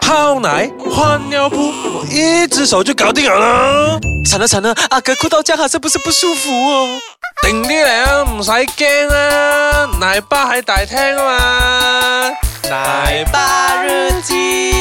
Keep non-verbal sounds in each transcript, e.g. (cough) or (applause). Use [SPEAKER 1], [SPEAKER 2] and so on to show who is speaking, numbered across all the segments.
[SPEAKER 1] 泡奶、换尿布，我一只手就搞定了啦。
[SPEAKER 2] 惨了惨了，阿哥哭到这样，是不是不舒服哦？
[SPEAKER 1] 定啲嚟啊，唔使惊啊，奶爸喺大厅啊嘛。奶
[SPEAKER 2] 爸日记。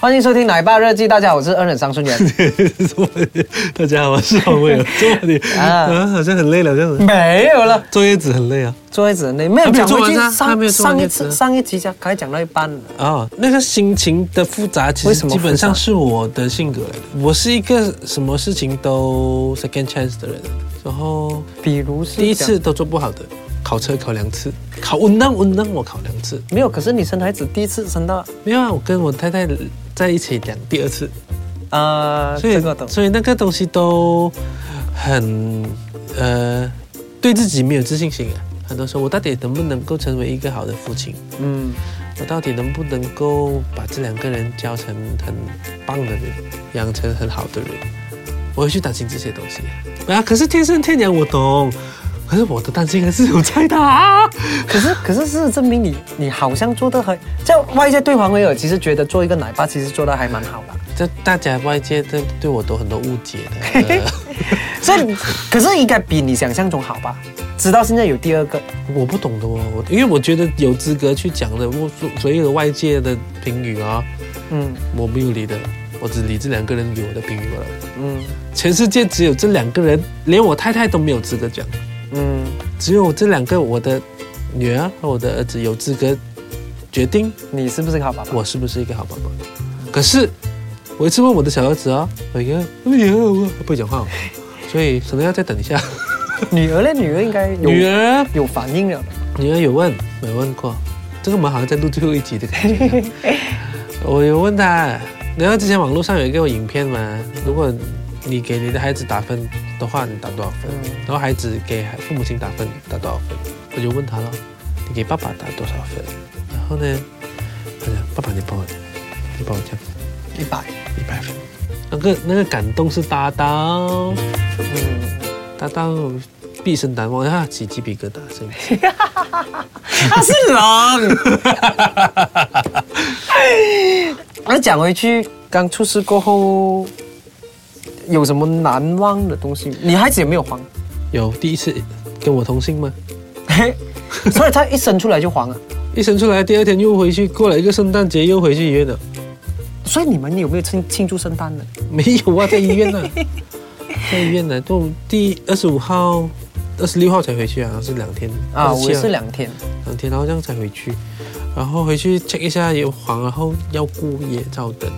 [SPEAKER 3] 欢迎收听《奶爸日记》，大家好，我是二人张顺元。
[SPEAKER 4] (laughs) (laughs) 大家好，我是黄伟。做完你啊，好像很累了这样子，
[SPEAKER 3] 没有了，
[SPEAKER 4] 坐月子很累啊。
[SPEAKER 3] 做一子你没
[SPEAKER 4] 还
[SPEAKER 3] 有
[SPEAKER 4] 没有
[SPEAKER 3] 讲
[SPEAKER 4] 做
[SPEAKER 3] 回
[SPEAKER 4] 完
[SPEAKER 3] 去
[SPEAKER 4] 呢还没有
[SPEAKER 3] 上
[SPEAKER 4] 做完
[SPEAKER 3] 上一
[SPEAKER 4] 那次
[SPEAKER 3] 次上一集讲，刚才讲到一半了，
[SPEAKER 4] 啊，那个心情的复杂，其
[SPEAKER 3] 为
[SPEAKER 4] 实
[SPEAKER 3] 什么
[SPEAKER 4] 基本上
[SPEAKER 3] 复杂
[SPEAKER 4] 是我的性格来的。我是一个什么事情都 second chance 的人，然后
[SPEAKER 3] 比如是
[SPEAKER 4] 第一次
[SPEAKER 3] 讲
[SPEAKER 4] 都做不好的，考车考两次，考稳当稳当我考两次，
[SPEAKER 3] 没有，可是你生孩子第一次生到
[SPEAKER 4] 没有啊，我跟我太太在一起两第二次，
[SPEAKER 3] 呃
[SPEAKER 4] 所以、
[SPEAKER 3] 这个懂，
[SPEAKER 4] 所以那啊个东西都很呃，对自己没有自信心啊。很多时候，我到底能不能够成为一个好的父亲？
[SPEAKER 3] 嗯，
[SPEAKER 4] 我到底能不能够把这两个人教成很棒的人，养成很好的人？我会去担心这些东西啊。可是天生天养我懂，可是我的担心还是有在的啊。
[SPEAKER 3] 可是 (laughs) 可是事实证明你你好像做的很，在外界对黄维尔其实觉得做一个奶爸其实做的还蛮好的，
[SPEAKER 4] 这大家外界对对我都很多误解的，
[SPEAKER 3] 所以可是应该比你想象中好吧？直到现在有第二个，
[SPEAKER 4] (laughs) 我不懂的哦。我因为我觉得有资格去讲的，我所所有的外界的评语啊、
[SPEAKER 3] 嗯
[SPEAKER 4] 我没有理的，我只理这两个人给我的评语了。
[SPEAKER 3] 嗯
[SPEAKER 4] 全世界只有这两个人，连我太太都没有资格讲。
[SPEAKER 3] 嗯，
[SPEAKER 4] 只有这两个，我的女儿啊和我的儿子有资格决定
[SPEAKER 3] 你是不是个好爸爸？
[SPEAKER 4] 我是不是一个好爸爸。可是我一直问我的小儿子啊、我一个女儿我不会讲话哦、所以可能要再等一下。
[SPEAKER 3] 女儿呢？女儿应该有
[SPEAKER 4] 女儿，
[SPEAKER 3] 有反应了吧。
[SPEAKER 4] 女儿有问，没问过，这个我们好像在录最后一集的感觉一样。我有问他，然后之前网络上有一个影片嘛，如果你给你的孩子打分的话，你打多少分？然后孩子给父母亲打分，打多少分？我就问他了，你给爸爸打多少分？然后呢，他讲爸爸你帮我，你帮我讲
[SPEAKER 3] 一百，
[SPEAKER 4] 一百分，那个那个感动是大到
[SPEAKER 3] 嗯，
[SPEAKER 4] 大到毕生难忘，啊，起鸡皮疙瘩，真的。
[SPEAKER 3] 他是 (laughs) 狼。而讲回去，刚出事过后，有什么难忘的东西？你孩子有没有黄？ (laughs)
[SPEAKER 4] 有第一次跟我同姓吗？
[SPEAKER 3] 嘿所以他一生出来就黄啊了。
[SPEAKER 4] 一生出来，第二天又回去，过了一个圣诞节又回去医院了。
[SPEAKER 3] 所以你们有没有庆庆祝圣诞呢？
[SPEAKER 4] 没有啊，在医院呢、在医院呢、都第二十五号、二十六号才回去啊，是两天
[SPEAKER 3] 啊，
[SPEAKER 4] 27号
[SPEAKER 3] 我也是两天。
[SPEAKER 4] 两天，然后这样才回去，然后回去 check 一下有黄，然后要顾夜照灯。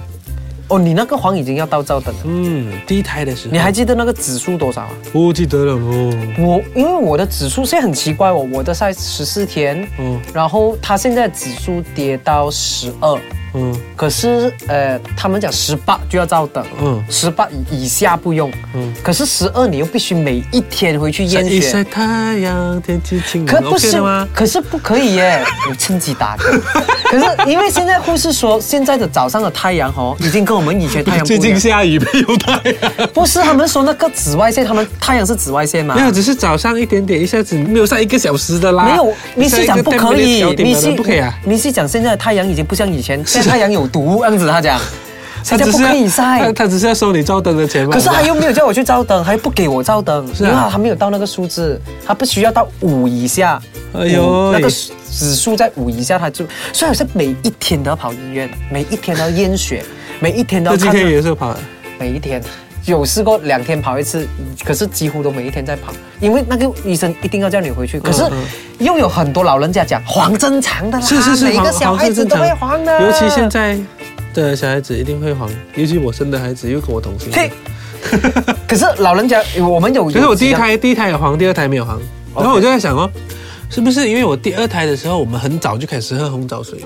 [SPEAKER 3] 哦，你那个黄已经要到照灯了。
[SPEAKER 4] 嗯，第一胎的时候，
[SPEAKER 3] 你还记得那个指数多少啊？
[SPEAKER 4] 不记得了哦？
[SPEAKER 3] 我因为我的指数现在很奇怪哦，我的在十四天，
[SPEAKER 4] 哦，
[SPEAKER 3] 然后他现在指数跌到十二，
[SPEAKER 4] 嗯
[SPEAKER 3] 可是呃，他们讲十八就要照等，
[SPEAKER 4] 嗯
[SPEAKER 3] 十八以以下不用，
[SPEAKER 4] 嗯，
[SPEAKER 3] 可是十二你又必须每一天回去
[SPEAKER 4] 晒
[SPEAKER 3] 验
[SPEAKER 4] 一晒
[SPEAKER 3] 血。
[SPEAKER 4] 太阳，天气晴
[SPEAKER 3] 可
[SPEAKER 4] 朗
[SPEAKER 3] 不
[SPEAKER 4] ，OK
[SPEAKER 3] 是
[SPEAKER 4] 的吗？
[SPEAKER 3] 可是不可以耶！我趁机
[SPEAKER 4] (laughs)
[SPEAKER 3] 打嗝。可是因为现在护士说，现在的早上的太阳哦，已经跟我们以前太阳不
[SPEAKER 4] 最
[SPEAKER 3] 一
[SPEAKER 4] 近
[SPEAKER 3] 样。
[SPEAKER 4] 下雨没有太阳。
[SPEAKER 3] 不是他们说那个紫外线，他们太阳是紫外线
[SPEAKER 4] (laughs)
[SPEAKER 3] 嘛
[SPEAKER 4] 没？有，只是早上一点点，一下子没有晒一个小时的啦。
[SPEAKER 3] 啊没有，你
[SPEAKER 4] 晒
[SPEAKER 3] 是
[SPEAKER 4] 一个
[SPEAKER 3] 讲不可
[SPEAKER 4] 10
[SPEAKER 3] 以
[SPEAKER 4] 小，点
[SPEAKER 3] 你
[SPEAKER 4] 的
[SPEAKER 3] 是
[SPEAKER 4] 不可以啊。
[SPEAKER 3] 你是讲现在的太阳已经不像以前，现在太阳有毒，这样子他讲，现在不可以晒
[SPEAKER 4] (laughs) 他。他只是要收你照灯的钱嘛。
[SPEAKER 3] 可是他
[SPEAKER 4] 好吧
[SPEAKER 3] 又没有叫我去照灯，还不给我照灯，
[SPEAKER 4] 是啊
[SPEAKER 3] 因为他没有到那个数字，他不需要到五以下。
[SPEAKER 4] 哎呦
[SPEAKER 3] 五那个指数在五以下，他就所以我是每一天都要跑医院，每一天都要验血，每一天都要
[SPEAKER 4] 这几
[SPEAKER 3] 看
[SPEAKER 4] 天
[SPEAKER 3] 着，
[SPEAKER 4] 也是跑了，
[SPEAKER 3] 每一天。有试过两天跑一次，可是几乎都每一天在跑，因为那个医生一定要叫你回去。可是
[SPEAKER 4] 嗯
[SPEAKER 3] 又有很多老人家讲黄正常的啦，
[SPEAKER 4] 是是是，
[SPEAKER 3] 每一个
[SPEAKER 4] 黄
[SPEAKER 3] 小孩子都会黄的，
[SPEAKER 4] 尤其现在的小孩子一定会黄，尤其我生的孩子又跟我同姓。
[SPEAKER 3] 嘿。 (laughs) 可是老人家，我们有，
[SPEAKER 4] 可是我第一
[SPEAKER 3] 有几个
[SPEAKER 4] 胎第一胎有黄，第二胎没有黄，然后我就在想哦，是不是因为我第二胎的时候，我们很早就开始喝红枣水？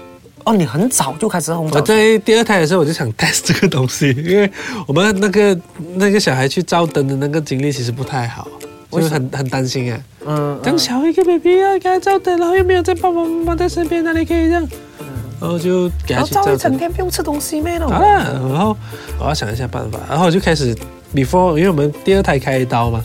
[SPEAKER 3] 哦，你很早就开始红
[SPEAKER 4] 我
[SPEAKER 3] 枣
[SPEAKER 4] 在第二胎的时候我就想 (laughs) test 这个东西，因为我们那个那个小孩去照灯的那个经历其实不太好，就是很很担心啊。
[SPEAKER 3] 嗯，
[SPEAKER 4] 这样小一个 baby 啊，给他照灯，然后又没有在爸爸妈妈在身边，哪里可以这样？
[SPEAKER 3] 嗯
[SPEAKER 4] 然后就给他
[SPEAKER 3] 然后
[SPEAKER 4] 去
[SPEAKER 3] 照
[SPEAKER 4] 照
[SPEAKER 3] 一整
[SPEAKER 4] 灯。
[SPEAKER 3] 天不用吃东西咩咯。
[SPEAKER 4] 好了，然后我要想一下办法，然后我就开始 before，因为我们第二胎开刀嘛，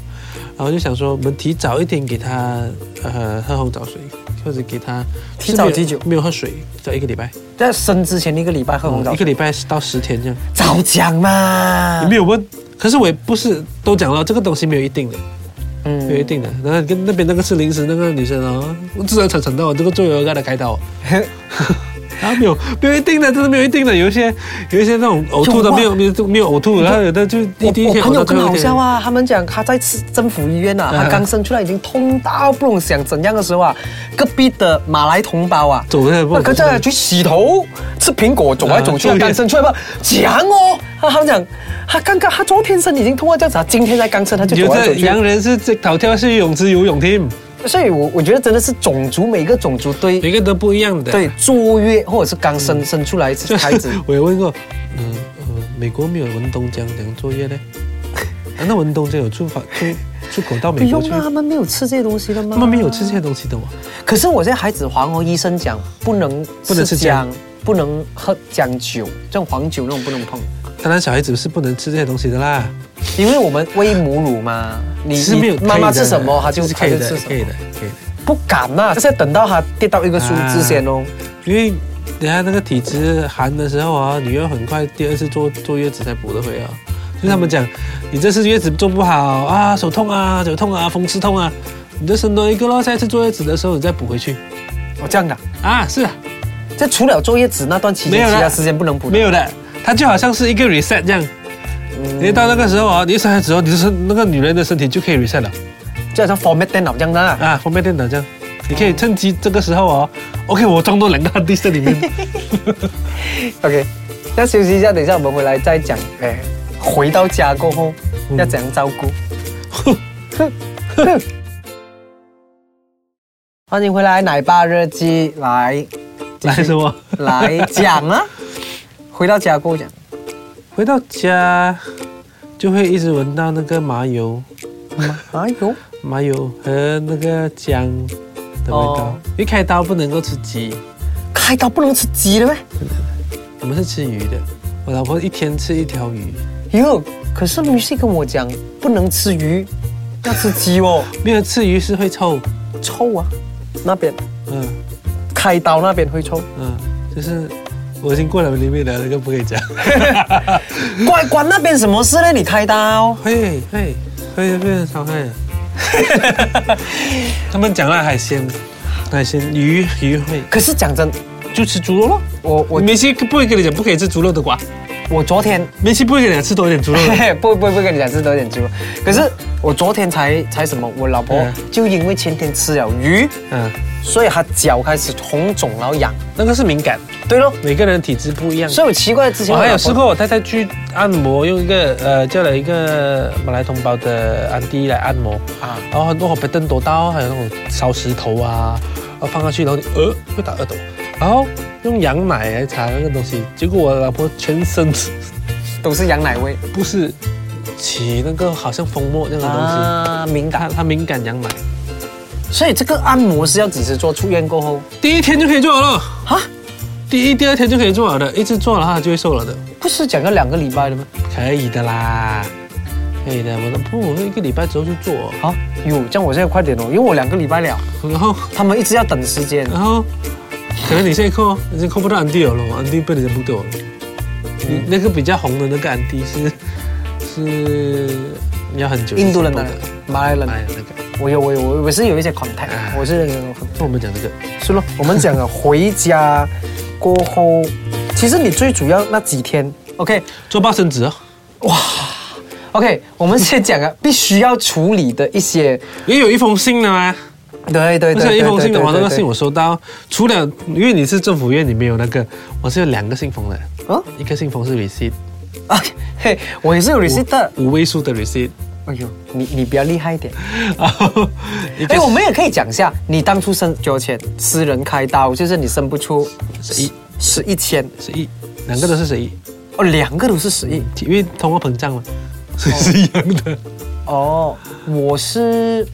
[SPEAKER 4] 然后就想说我们提早一点给他呃喝红枣水，或者给他
[SPEAKER 3] 提早戒酒
[SPEAKER 4] 没有喝水，在一个礼拜，
[SPEAKER 3] 在生之前一个礼拜喝红枣
[SPEAKER 4] 一，个礼拜到十天这样。
[SPEAKER 3] 早讲嘛
[SPEAKER 4] 你。没有问，可是我也不是都讲了，这个东西没有一定的，没有一
[SPEAKER 3] 嗯，
[SPEAKER 4] 定的。然后跟那边那个吃零食那个女生啊，我自然产产到我这个最有给她开
[SPEAKER 3] (laughs)
[SPEAKER 4] 刀。啊，没有，没有一定的，真的没有一定的。有一些，有一些那种呕吐的，
[SPEAKER 3] 有啊
[SPEAKER 4] 没有，没有，没有呕吐的，然后有的就
[SPEAKER 3] 我
[SPEAKER 4] 一第一
[SPEAKER 3] 我
[SPEAKER 4] 天呕
[SPEAKER 3] 朋友
[SPEAKER 4] 到最
[SPEAKER 3] 更
[SPEAKER 4] 后一
[SPEAKER 3] 好
[SPEAKER 4] 天
[SPEAKER 3] 笑。啊，他们讲他在市政府医院啊，
[SPEAKER 4] 嗯
[SPEAKER 3] 他刚生出来已经痛到不懂想怎样的时候啊，隔壁的马来同胞啊，
[SPEAKER 4] 走的不
[SPEAKER 3] 那跟着去洗头、吃苹果，走来走去
[SPEAKER 4] 啊
[SPEAKER 3] 啊，刚生出来吧，讲哦，他他们讲，他刚刚他昨天生已经痛到这样子，他今天才刚生他就
[SPEAKER 4] 有
[SPEAKER 3] 走来走
[SPEAKER 4] 的
[SPEAKER 3] 去
[SPEAKER 4] 洋。人是这头跳是泳池游泳 team，
[SPEAKER 3] 所以我我觉得真的是种族每个种族对
[SPEAKER 4] 每个都不一样的。
[SPEAKER 3] 对坐月或者是刚生生出来
[SPEAKER 4] 就
[SPEAKER 3] 的
[SPEAKER 4] 是
[SPEAKER 3] 孩子，
[SPEAKER 4] (laughs) 我也问过，嗯呃，美国没有文东江怎样作业
[SPEAKER 3] (laughs)
[SPEAKER 4] 呢？难道文东江有出法出出口到
[SPEAKER 3] 不
[SPEAKER 4] 美国
[SPEAKER 3] 用
[SPEAKER 4] 去？
[SPEAKER 3] 啊，他们没有吃这些东西的吗？
[SPEAKER 4] 他们没有吃这些东西的哦。
[SPEAKER 3] 可是我现在孩子黄哦，医生讲不能
[SPEAKER 4] 不能吃姜，
[SPEAKER 3] 不能喝姜酒，这种黄酒那种不能碰，
[SPEAKER 4] 当然，小孩子是不能吃这些东西的啦。
[SPEAKER 3] 因为我们喂母乳嘛，你
[SPEAKER 4] 其实没有
[SPEAKER 3] 你妈妈
[SPEAKER 4] 可以的
[SPEAKER 3] 吃什么，他就
[SPEAKER 4] 其实可以
[SPEAKER 3] 他
[SPEAKER 4] 的，
[SPEAKER 3] 就吃
[SPEAKER 4] 可
[SPEAKER 3] 什
[SPEAKER 4] 以
[SPEAKER 3] 么，
[SPEAKER 4] 的，可以的。
[SPEAKER 3] 不敢呐、啊，就是等到他跌到一个数字先哦。
[SPEAKER 4] 因为等下那个体质寒的时候啊，你要很快第二次坐坐月子才补得回啊。所以他们讲，你这次月子做不好啊，手痛啊，脚痛啊，风湿痛啊，你就生多一个咯。下一次坐月子的时候你再补回去
[SPEAKER 3] 我、这样的啊，
[SPEAKER 4] 啊。是啊，
[SPEAKER 3] 这除了坐月子那段期
[SPEAKER 4] 没有
[SPEAKER 3] 间，
[SPEAKER 4] 啦
[SPEAKER 3] 其他时间不能补的
[SPEAKER 4] 没。有的，它就好像是一个 reset 这样。
[SPEAKER 3] 嗯
[SPEAKER 4] 你到那个时候啊，你生孩子后，你的身那个女人的身体就可以 reset 了
[SPEAKER 3] 就好像 format 电脑这样的、啊，
[SPEAKER 4] 啊，方便电脑这样。你可以趁机这个时候哦，OK，我装多两个 dish 在里面，
[SPEAKER 3] OK，那休息一下，等一下我们回来再讲。哎，回到家过后
[SPEAKER 4] 嗯
[SPEAKER 3] 要怎样照
[SPEAKER 4] (laughs)
[SPEAKER 3] 顾？欢迎回来，奶爸日记，来
[SPEAKER 4] 来哦什么？
[SPEAKER 3] 来
[SPEAKER 4] (laughs)
[SPEAKER 3] 讲啊！回到家过后讲，
[SPEAKER 4] 回到家就会一直闻到那个麻油、
[SPEAKER 3] 哎呦，
[SPEAKER 4] 麻油和那个姜的味道
[SPEAKER 3] 哦。
[SPEAKER 4] 因为开刀不能够吃鸡，
[SPEAKER 3] 开刀不能吃鸡了呗？
[SPEAKER 4] 我们是吃鱼的。我老婆一天吃一条鱼，
[SPEAKER 3] 哟，可是女婿跟我讲不能吃鱼，要吃鸡哦，
[SPEAKER 4] 没有吃鱼是会 (laughs) 臭。
[SPEAKER 3] 臭啊！那边
[SPEAKER 4] 嗯
[SPEAKER 3] 开刀那边会臭， (laughs)
[SPEAKER 4] 嗯，就是我已经过了里面的那个不可以讲。
[SPEAKER 3] 关关那边什么事呢？你开刀？
[SPEAKER 4] 会会会被人伤害的。 (laughs) 他们讲了海鲜，海鲜鱼鱼会
[SPEAKER 3] 可是讲真，
[SPEAKER 4] 就吃猪肉咯。
[SPEAKER 3] 我我
[SPEAKER 4] 梅西不会跟你讲不可以吃猪肉的瓜，
[SPEAKER 3] 我昨天
[SPEAKER 4] 梅西不会跟你讲吃多一点猪肉
[SPEAKER 3] (laughs)
[SPEAKER 4] 的。
[SPEAKER 3] 不不不跟你讲，是有点猪肉。可是我昨天才才什么，我老婆
[SPEAKER 4] 嗯
[SPEAKER 3] 就因为前天吃了鱼，
[SPEAKER 4] 嗯，
[SPEAKER 3] 所以她脚开始红肿然后痒。
[SPEAKER 4] 那个是敏感，
[SPEAKER 3] 对咯，
[SPEAKER 4] 每个人体质不一样。
[SPEAKER 3] 所以我奇怪之前
[SPEAKER 4] 我
[SPEAKER 3] 我
[SPEAKER 4] 还有
[SPEAKER 3] 老婆
[SPEAKER 4] 试，过，我太太去按摩，用一个呃叫了一个马来同胞的安迪来按摩
[SPEAKER 3] 啊
[SPEAKER 4] 啊，然后很多火被灯躲刀，啊还有那种烧石头啊，然后放上去，然后你呃会打耳朵，然后用羊奶来擦那个东西，结果我老婆全身
[SPEAKER 3] 都是羊奶味
[SPEAKER 4] 不是起那个好像风沫那个东西，
[SPEAKER 3] 啊，敏
[SPEAKER 4] 她
[SPEAKER 3] 感。
[SPEAKER 4] 她敏感羊奶，
[SPEAKER 3] 所以这个按摩是要几时做？出院过后
[SPEAKER 4] 第一天就可以做好了
[SPEAKER 3] 啊？
[SPEAKER 4] 第一、第二天就可以做好的，一直做了它就会瘦了的。
[SPEAKER 3] 不是讲要两个礼拜的吗？
[SPEAKER 4] 可以的啦，可以的。我的不，我一个礼拜之后就做，
[SPEAKER 3] 啊，哟，这样我现在快点哦，因为我两个礼拜了，
[SPEAKER 4] 然后
[SPEAKER 3] 他们一直要等时间。
[SPEAKER 4] 然后可能你现在扣，已经扣不到安迪尔了，安迪被人家不掉了。你
[SPEAKER 3] 嗯
[SPEAKER 4] 那个比较红的那个安迪是是你要很久
[SPEAKER 3] 印度人
[SPEAKER 4] 的
[SPEAKER 3] 呢，？马来人呢？
[SPEAKER 4] 哎那个，
[SPEAKER 3] 我有我有我我是有一些 contact，
[SPEAKER 4] 啊
[SPEAKER 3] 我是有 contact。
[SPEAKER 4] 那我们讲这个，
[SPEAKER 3] 是咯，我们讲了回家过后，其实你最主要那几天，OK
[SPEAKER 4] 做抱生子哦，
[SPEAKER 3] OK，我们先讲啊，必 (laughs) 须要处理的一些，
[SPEAKER 4] 也有一封信的吗？
[SPEAKER 3] 对哎对对
[SPEAKER 4] 不是有
[SPEAKER 3] 对，
[SPEAKER 4] 一封信的话，
[SPEAKER 3] 对
[SPEAKER 4] 那个信，我收到，除了因为你是政府院，你没有那个，我是有两个信封的，
[SPEAKER 3] 嗯
[SPEAKER 4] 一个信封是 receipt，
[SPEAKER 3] 啊， (laughs) 嘿，我也是有 receipt 的，
[SPEAKER 4] 五位数的 receipt，
[SPEAKER 3] 哎呦，你你比较厉害一点，
[SPEAKER 4] 然后一个
[SPEAKER 3] 哎，
[SPEAKER 4] 是
[SPEAKER 3] 我们也可以讲一下，你当初生多少钱？私人开刀就是你生不出
[SPEAKER 4] 十一
[SPEAKER 3] 十一千，
[SPEAKER 4] 十一，两个都是十一，
[SPEAKER 3] 哦，两个都是十一，
[SPEAKER 4] 因为通货膨胀嘛，所以 (laughs) 是一样的。
[SPEAKER 3] 哦，我是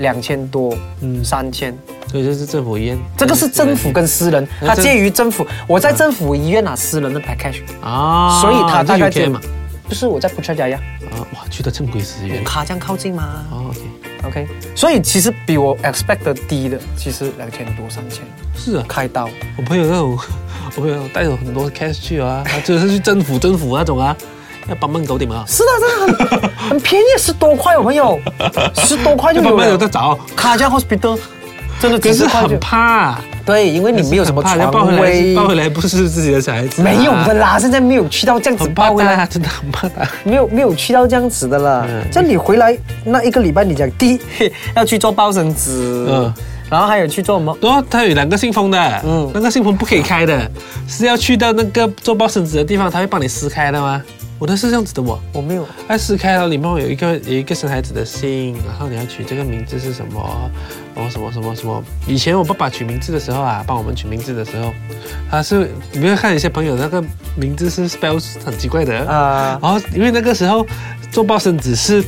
[SPEAKER 3] 两千多，嗯，
[SPEAKER 4] 嗯
[SPEAKER 3] 三千。
[SPEAKER 4] 所以就是政府医院，
[SPEAKER 3] 这个是政府跟私人，
[SPEAKER 4] 那
[SPEAKER 3] 它
[SPEAKER 4] 政
[SPEAKER 3] 介于政府，我在政府医院拿私人的 package，
[SPEAKER 4] 嗯啊，
[SPEAKER 3] 所以它大概
[SPEAKER 4] 这
[SPEAKER 3] 就
[SPEAKER 4] UK 嘛，
[SPEAKER 3] 不是我在普查家呀，
[SPEAKER 4] 啊，哇，去到正规十
[SPEAKER 3] 我
[SPEAKER 4] 元，
[SPEAKER 3] 卡这样靠近嘛，
[SPEAKER 4] 哦，OK，
[SPEAKER 3] 嗯 OK，所以其实比我 expect 的低的，其实两千多三千
[SPEAKER 4] 是啊，
[SPEAKER 3] 开刀。
[SPEAKER 4] 我朋友那种， (laughs) 我朋友带着很多 cash 去啊，他就是去政府政府那种啊，一百蚊九点啊，
[SPEAKER 3] 是的，真的很很便宜，十多块，我
[SPEAKER 4] (laughs)
[SPEAKER 3] 朋友，十多块
[SPEAKER 4] 一
[SPEAKER 3] 就
[SPEAKER 4] 百
[SPEAKER 3] 有
[SPEAKER 4] 蚊有
[SPEAKER 3] 了
[SPEAKER 4] 得。找，
[SPEAKER 3] 卡加 hospital 真的
[SPEAKER 4] 可
[SPEAKER 3] 只
[SPEAKER 4] 是
[SPEAKER 3] 是
[SPEAKER 4] 很怕啊，
[SPEAKER 3] 对，因为你没有什么
[SPEAKER 4] 很怕人家抱
[SPEAKER 3] 床
[SPEAKER 4] 回来，
[SPEAKER 3] 位，
[SPEAKER 4] 抱回来不是自己的小孩子啊，
[SPEAKER 3] 没有的啦，现在没有去到这样子
[SPEAKER 4] 很怕
[SPEAKER 3] 抱回
[SPEAKER 4] 打，
[SPEAKER 3] 来，
[SPEAKER 4] 真的很怕打。
[SPEAKER 3] 没有没有去到这样子的啦
[SPEAKER 4] 嗯。
[SPEAKER 3] 这你回来那一个礼拜，你讲第一要去做包身子，
[SPEAKER 4] 嗯
[SPEAKER 3] 然后还有去做什么？
[SPEAKER 4] 然后它有两个信封的，
[SPEAKER 3] 嗯
[SPEAKER 4] 那个信封不可以开的，是要去到那个做包绳子的地方，它会帮你撕开的吗？我的是这样子的我，
[SPEAKER 3] 我没有，
[SPEAKER 4] 它撕开了里面有一个有一个生孩子的信，然后你要取这个名字是什么，然后什么什么什么。以前我爸爸取名字的时候啊，帮我们取名字的时候，他是你没有看有些朋友那个名字是 spell 是很奇怪的
[SPEAKER 3] 啊
[SPEAKER 4] 然后因为那个时候做报生纸是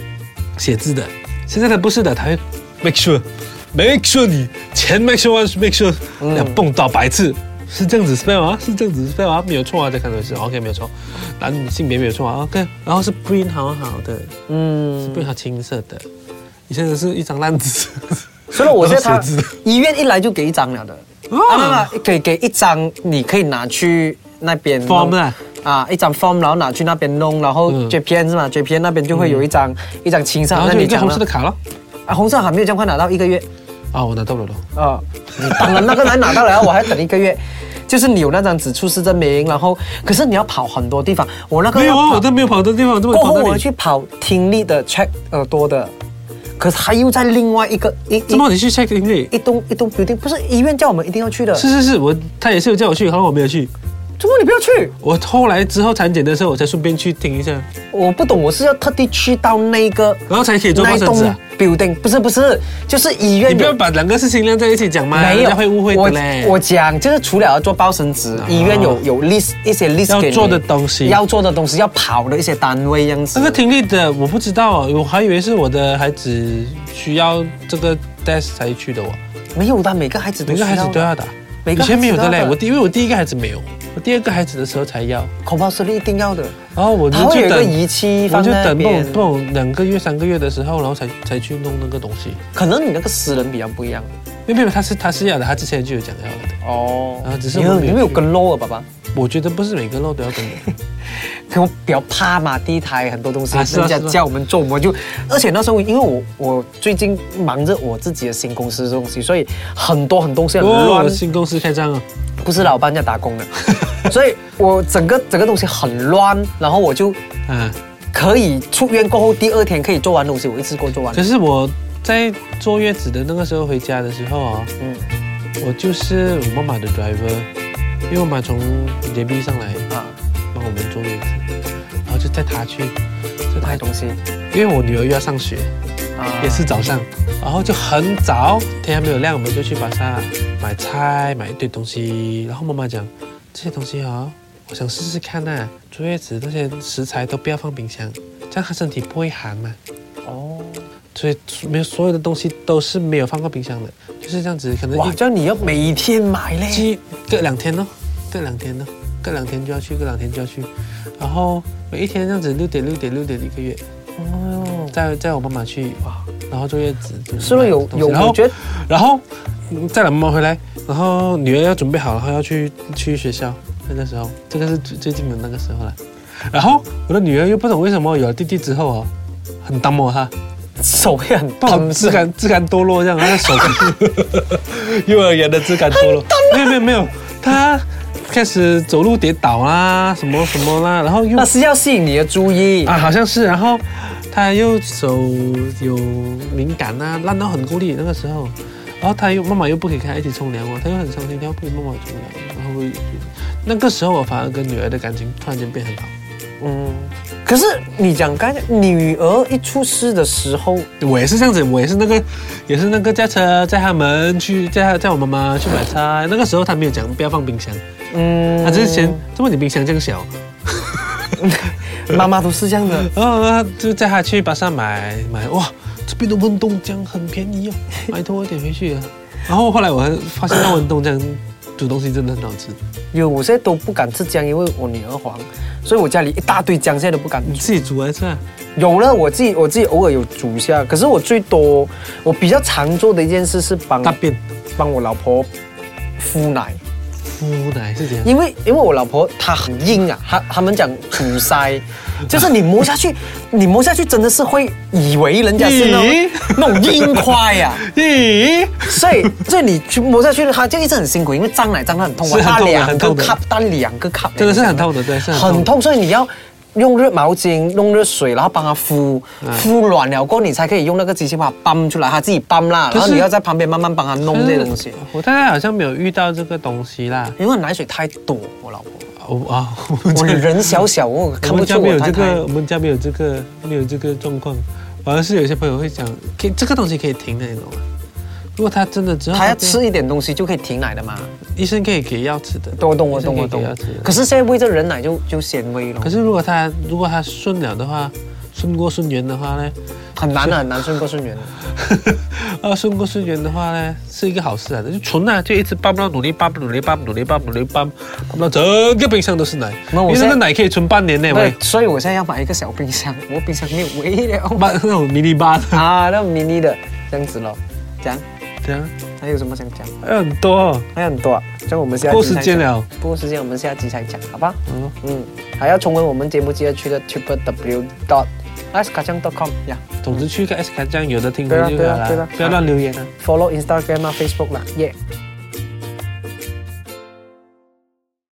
[SPEAKER 4] 写字的，现在的不是的，他会 make sure make sure 你前 make sure once make sure
[SPEAKER 3] 嗯
[SPEAKER 4] 要蹦到百次。是这样子 spell 啊，是这样子 spell 啊，没有错啊，再看多一次，OK，没有错，男女性别没有错啊，OK，然后是 print 好好的，
[SPEAKER 3] 嗯，
[SPEAKER 4] print 好青色的，以前的是一张烂纸，
[SPEAKER 3] 所以我现在
[SPEAKER 4] 然后
[SPEAKER 3] 他
[SPEAKER 4] 写字
[SPEAKER 3] 医院一来就给一张了的，
[SPEAKER 4] 哦
[SPEAKER 3] 啊，没有没有给给一张，你可以拿去那边弄
[SPEAKER 4] Form 啦
[SPEAKER 3] 啊，一张 form，然后拿去那边弄，然后
[SPEAKER 4] 嗯
[SPEAKER 3] JPN 是吗？JPN 那边就会有一张一张清
[SPEAKER 4] 然
[SPEAKER 3] 上，
[SPEAKER 4] 后
[SPEAKER 3] 那
[SPEAKER 4] 就有
[SPEAKER 3] 你
[SPEAKER 4] 一个
[SPEAKER 3] 讲
[SPEAKER 4] 红色的
[SPEAKER 3] 了
[SPEAKER 4] 卡咯，
[SPEAKER 3] 啊，红色还没有这样快拿到一个月
[SPEAKER 4] 啊，我拿到了咯，
[SPEAKER 3] 啊，你当然那个人拿到啊了，我还等一个月。就是你有那张纸出示证明，然后可是你要跑很多地方，我那个
[SPEAKER 4] 没
[SPEAKER 3] 要
[SPEAKER 4] 有啊，
[SPEAKER 3] 跑
[SPEAKER 4] 我都没有跑到地方，我都没有
[SPEAKER 3] 过后
[SPEAKER 4] 跑
[SPEAKER 3] 我
[SPEAKER 4] 到
[SPEAKER 3] 要
[SPEAKER 4] 你，
[SPEAKER 3] 去跑听力的 check 耳朵的，可是他又在另外一个一一
[SPEAKER 4] 怎么你去 check 听力？
[SPEAKER 3] 一栋一栋 building，不是医院叫我们一定要去的，
[SPEAKER 4] 是是是，我他也是有叫我去，然后我没有去。
[SPEAKER 3] 怎么你不要去？
[SPEAKER 4] 我后来之后产检的时候，我才顺便去听一下，
[SPEAKER 3] 我不懂，我是要特地去到那个
[SPEAKER 4] 然后才可以做
[SPEAKER 3] 那
[SPEAKER 4] 报
[SPEAKER 3] 一
[SPEAKER 4] 生
[SPEAKER 3] 栋
[SPEAKER 4] 纸啊。
[SPEAKER 3] building，不是不是，就是医院
[SPEAKER 4] 你不要
[SPEAKER 3] 有。
[SPEAKER 4] 把两个事情晾在一起讲嘛，
[SPEAKER 3] 没
[SPEAKER 4] 哎人
[SPEAKER 3] 有
[SPEAKER 4] 家会误会的嘞。啊
[SPEAKER 3] 我我讲就是除了要做包生纸，医院有有 list 一些 list
[SPEAKER 4] 要
[SPEAKER 3] 给你
[SPEAKER 4] 做的东西
[SPEAKER 3] 要做的东西，要跑的一些单位样子。
[SPEAKER 4] 那个听力的我不知道，我还以为是我的孩子需要这个 test 才去的我，
[SPEAKER 3] 没有的，每个孩子都
[SPEAKER 4] 每
[SPEAKER 3] 需
[SPEAKER 4] 个
[SPEAKER 3] 要
[SPEAKER 4] 孩子都要打，
[SPEAKER 3] 每
[SPEAKER 4] 以
[SPEAKER 3] 个孩子都要打
[SPEAKER 4] 前没有的嘞。我第因为我第一个孩子没有，我第二个孩子的时候才要，
[SPEAKER 3] 恐怕是一定要的。
[SPEAKER 4] 然后我就
[SPEAKER 3] 它会有一个
[SPEAKER 4] 等。
[SPEAKER 3] 仪器
[SPEAKER 4] 我
[SPEAKER 3] 放
[SPEAKER 4] 就
[SPEAKER 3] 在那
[SPEAKER 4] 等不懂
[SPEAKER 3] 边
[SPEAKER 4] 不，懂两个月三个月的时候，然后才才去弄那个东西。
[SPEAKER 3] 可能你那个私人比较不一样
[SPEAKER 4] 因为没有他是他是要的，他之前就有讲要的。
[SPEAKER 3] 哦
[SPEAKER 4] 啊只是
[SPEAKER 3] 你
[SPEAKER 4] 我
[SPEAKER 3] 有
[SPEAKER 4] 没有
[SPEAKER 3] 你没有
[SPEAKER 4] 去
[SPEAKER 3] 跟 low 啊，爸爸。
[SPEAKER 4] 我觉得不是每个肉都要跟的。
[SPEAKER 3] 可我比较怕嘛，第一胎很多东西
[SPEAKER 4] 啊是啊
[SPEAKER 3] 人家
[SPEAKER 4] 是啊
[SPEAKER 3] 叫我们做，我们就，而且那时候因为我我最近忙着我自己的新公司的东西，所以很多很多东西很
[SPEAKER 4] 哦，
[SPEAKER 3] 乱，
[SPEAKER 4] 新公司开张啊！
[SPEAKER 3] 不是老帮人家打工的， (laughs) 所以我整个整个东西很乱，然后我就嗯
[SPEAKER 4] 啊，
[SPEAKER 3] 可以出院过后第二天可以做完东西，我一次过做完
[SPEAKER 4] 可，是我在坐月子的那个时候回家的时候啊、
[SPEAKER 3] 嗯
[SPEAKER 4] 我就是我妈妈的 driver，因为我妈从 JB 上来
[SPEAKER 3] 啊，
[SPEAKER 4] 帮我们坐月子，然后就带她去，就
[SPEAKER 3] 买
[SPEAKER 4] 带，
[SPEAKER 3] 东西
[SPEAKER 4] 因为我女儿又要上学，
[SPEAKER 3] 啊
[SPEAKER 4] 也是早上，然后就很早，天还没有亮，我们就去巴萨买菜，买一堆东西。然后妈妈讲，这些东西哦，我想试试看呐、坐月子那些食材都不要放冰箱，这样她身体不会寒啊嘛。
[SPEAKER 3] 哦，
[SPEAKER 4] 所以没有所有的东西都是没有放过冰箱的，就是这样子，可能
[SPEAKER 3] 哇，
[SPEAKER 4] 一
[SPEAKER 3] 这样你要每天买嘞，
[SPEAKER 4] 季隔两天咯，隔两天咯，隔两天就要去，隔两天就要去，然后每一天这样子六点六点六点一个月，
[SPEAKER 3] 哦，
[SPEAKER 4] 带带我妈妈去哇，然后坐月子就是
[SPEAKER 3] 不是有有？
[SPEAKER 4] 然
[SPEAKER 3] 我
[SPEAKER 4] 后
[SPEAKER 3] 觉得
[SPEAKER 4] 然后嗯带了妈妈回来，然后女儿要准备好，然后要去去学校，那个时候这个是最最近的那个时候了，然后我的女儿又不懂为什么有了弟弟之后哦，很淡漠哈。
[SPEAKER 3] 手会很
[SPEAKER 4] 不好自甘自甘堕落这样，他的手幼儿园的自甘堕落，没有没有没有，他开始走路跌倒啦，什么什么啦，然后又
[SPEAKER 3] 那是要吸引你的注意
[SPEAKER 4] 啊好像是，然后他又手有敏感啊，烂到很孤立那个时候，然后他又妈妈又不可以跟他一起冲凉哦，他又很伤心，他又不跟妈妈冲凉，然后那个时候我反而跟女儿的感情突然间变很好，
[SPEAKER 3] 嗯，可是你讲刚才女儿一出世的时候，
[SPEAKER 4] 我也是这样子，我也是那个，也是那个驾车载他们去，载他载我妈妈去买菜。那个时候他没有讲不要放冰箱，
[SPEAKER 3] 嗯，
[SPEAKER 4] 他之前这么你冰箱这样小，
[SPEAKER 3] 妈妈都是这样的，
[SPEAKER 4] 然后他呃就载他去巴萨买买，哇，这边的温冻浆很便
[SPEAKER 3] (laughs)
[SPEAKER 4] 宜哦，买多一点回去啊。然后后来我还发现那温冻浆煮东西真的很好吃，
[SPEAKER 3] 有我现在都不敢吃姜，因为我女儿黄，所以我家里一大堆姜，现在都不敢
[SPEAKER 4] 你
[SPEAKER 3] 煮。
[SPEAKER 4] 自己煮来吃啊？
[SPEAKER 3] 有了，我自己我自己偶尔有煮一下，可是我最多我比较常做的一件事是帮
[SPEAKER 4] 大便
[SPEAKER 3] 帮我老婆敷奶。
[SPEAKER 4] 敷奶是怎样？
[SPEAKER 3] 因为因为我老婆她很硬啊，她他们讲阻塞，就是你磨下去，你磨下去真的是会以为人家是那种
[SPEAKER 4] 咦
[SPEAKER 3] 那种硬块呀、啊，
[SPEAKER 4] 咦，
[SPEAKER 3] (laughs) 所以所以你去磨下去，它就一直很辛苦，因为胀奶胀得很痛啊，
[SPEAKER 4] 是很
[SPEAKER 3] 大
[SPEAKER 4] 痛的
[SPEAKER 3] 两
[SPEAKER 4] 很
[SPEAKER 3] 个
[SPEAKER 4] 痛的
[SPEAKER 3] cup，大两个 cup，
[SPEAKER 4] 真的是很痛的，对，是很
[SPEAKER 3] 很
[SPEAKER 4] 痛的。
[SPEAKER 3] 痛，所以你要。用热毛巾，用热水，然后帮它敷，敷软了过后，你才可以用那个机器把它搬出来，它自己搬啦。
[SPEAKER 4] 嗯可
[SPEAKER 3] 然
[SPEAKER 4] 是
[SPEAKER 3] 后你要在旁边慢慢帮它弄这些东西，
[SPEAKER 4] 我大概好像没有遇到这个东西啦。
[SPEAKER 3] 因为奶水太多，我老婆。
[SPEAKER 4] 我啊， (laughs) 我们
[SPEAKER 3] 我
[SPEAKER 4] 家
[SPEAKER 3] 人小小，我看
[SPEAKER 4] 我
[SPEAKER 3] 不
[SPEAKER 4] 们家
[SPEAKER 3] 出
[SPEAKER 4] 没
[SPEAKER 3] 我
[SPEAKER 4] 有
[SPEAKER 3] 太
[SPEAKER 4] 这
[SPEAKER 3] 太。
[SPEAKER 4] 个，我们家没有这个，没有这个状况。反而是有些朋友会讲，可以这个东西可以停的，你懂吗？如果他真的只要
[SPEAKER 3] 他要吃，一点东西就可以停奶的嘛。
[SPEAKER 4] 医生可以给药吃的。
[SPEAKER 3] 懂我懂我懂我
[SPEAKER 4] 医生可以
[SPEAKER 3] 懂
[SPEAKER 4] 给药吃的。。
[SPEAKER 3] 可是现在喂这人奶就就咸味了
[SPEAKER 4] 可，是如果他如果他顺了的话，顺过顺圆的话呢？ (laughs)
[SPEAKER 3] 很难啊，很难顺过顺圆。
[SPEAKER 4] 啊，顺过顺圆的话呢，是一个好事来的，就纯啊，就一直ปั๊到努力ปั๊，努力ปั๊，努力ปั๊，努力ปั๊，ปั๊到整个冰箱都是奶。
[SPEAKER 3] 那我
[SPEAKER 4] 因为
[SPEAKER 3] 现
[SPEAKER 4] 那
[SPEAKER 3] 在
[SPEAKER 4] 个奶可以存半年呢，
[SPEAKER 3] 对
[SPEAKER 4] 喂，，
[SPEAKER 3] 所以我现在要买一个小冰箱， (laughs) 我冰箱没有味了。
[SPEAKER 4] 半那种迷你吧的，
[SPEAKER 3] (laughs) 啊，那 mini 的这样子咯。讲，
[SPEAKER 4] 这样
[SPEAKER 3] 还有什么想讲？
[SPEAKER 4] 还有很多哦，
[SPEAKER 3] 还有很多、啊，这样我们下
[SPEAKER 4] 够
[SPEAKER 3] 集
[SPEAKER 4] 时
[SPEAKER 3] 再
[SPEAKER 4] 间
[SPEAKER 3] 讲。
[SPEAKER 4] 了。
[SPEAKER 3] 不过时间我们下集才讲，好吧？
[SPEAKER 4] 嗯
[SPEAKER 3] 嗯，还要重温我们节目，记得去的 triple w dot s 卡 a com 呀
[SPEAKER 4] 总之去个 S 卡酱，有的听
[SPEAKER 3] 对啊
[SPEAKER 4] 歌就
[SPEAKER 3] 对
[SPEAKER 4] 好
[SPEAKER 3] 啊对
[SPEAKER 4] 了
[SPEAKER 3] 啊，
[SPEAKER 4] 不要乱留言啊。
[SPEAKER 3] ，follow Instagram 啊 Facebook 啦，耶、